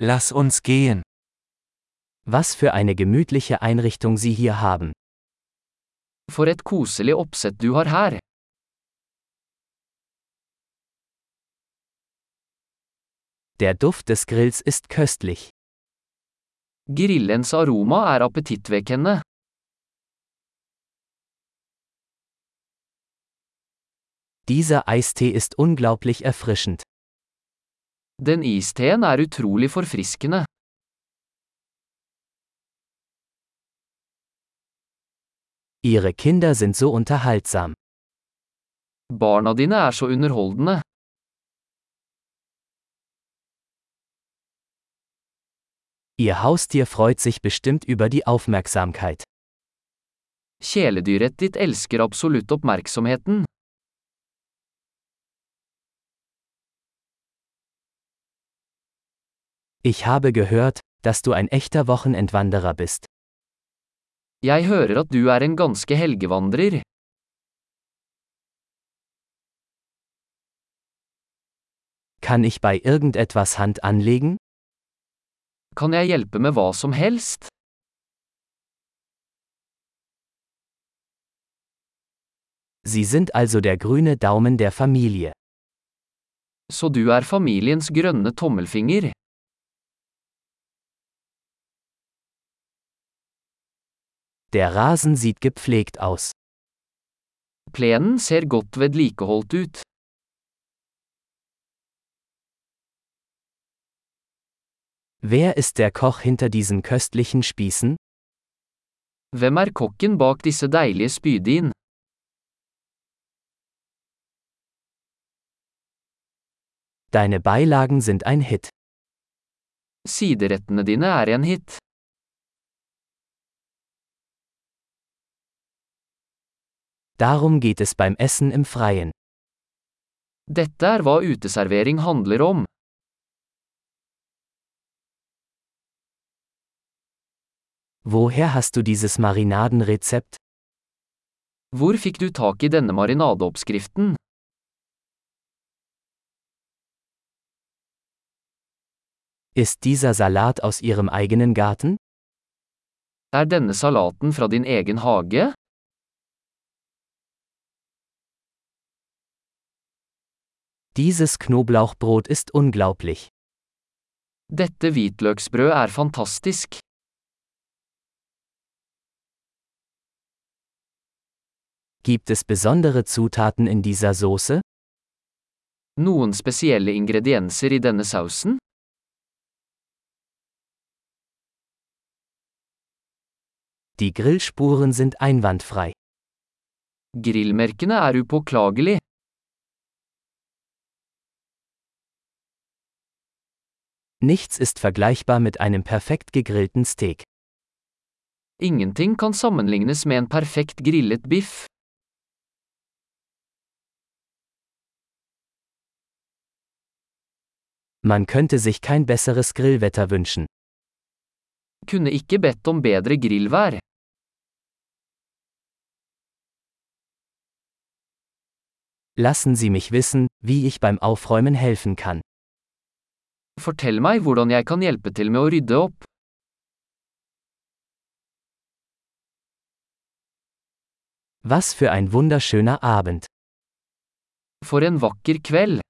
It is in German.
Lass uns gehen. Was für eine gemütliche Einrichtung Sie hier haben. For et koselig oppsett du har her. Der Duft des Grills ist köstlich. Grillens aroma er appetittvekkende. Dieser Eistee ist unglaublich erfrischend. Den isteen er utrolig forfriskende. Ihre Kinder sind so unterhaltsam. Barna dine er så underholdende. Ihr Haustier freut sich bestimmt über die Aufmerksamkeit. Kjæledyret ditt elsker absolutt oppmerksomheten. Ich habe gehört, dass du ein echter Wochenendwanderer bist. Jeg hører at du er en ganske helgevandrer. Kann ich bei irgendetwas Hand anlegen? Kan jeg hjelpe med hva som helst? Sie sind also der grüne Daumen der Familie. Så du er familiens grønne tommelfinger. Der Rasen sieht gepflegt aus. Plenen ser godt vedlikeholdt ut. Wer ist der Koch hinter diesen köstlichen Spießen? Hvem er kokken bak disse deilige spydin? Deine Beilagen sind ein Hit. Siderettene dine er en hit. Darum geht es beim Essen im Freien. Dette er hva uteservering handler om. Woher hast du dieses Marinadenrezept? Hvor fikk du tak i denne marinadeoppskriften? Ist dieser Salat aus Ihrem eigenen Garten? Er denne salaten fra din egen hage? Dieses Knoblauchbrot ist unglaublich. Dette hvitløksbrød er fantastisk. Gibt es besondere Zutaten in dieser Soße? Noen spesielle ingredienser i denne sausen? Die Grillspuren sind einwandfrei. Grillmerkene er upåklagelig. Nichts ist vergleichbar mit einem perfekt gegrillten Steak. Ingenting kan sammenlignes med en perfekt grillet biff. Man könnte sich kein besseres Grillwetter wünschen. Kunne ikke bedt om bedre grillvær. Lassen Sie mich wissen, wie ich beim Aufräumen helfen kann. Fortell meg hvordan jeg kan hjelpe til med å rydde opp. Was für ein wunderschöner Abend. For en vakker kveld.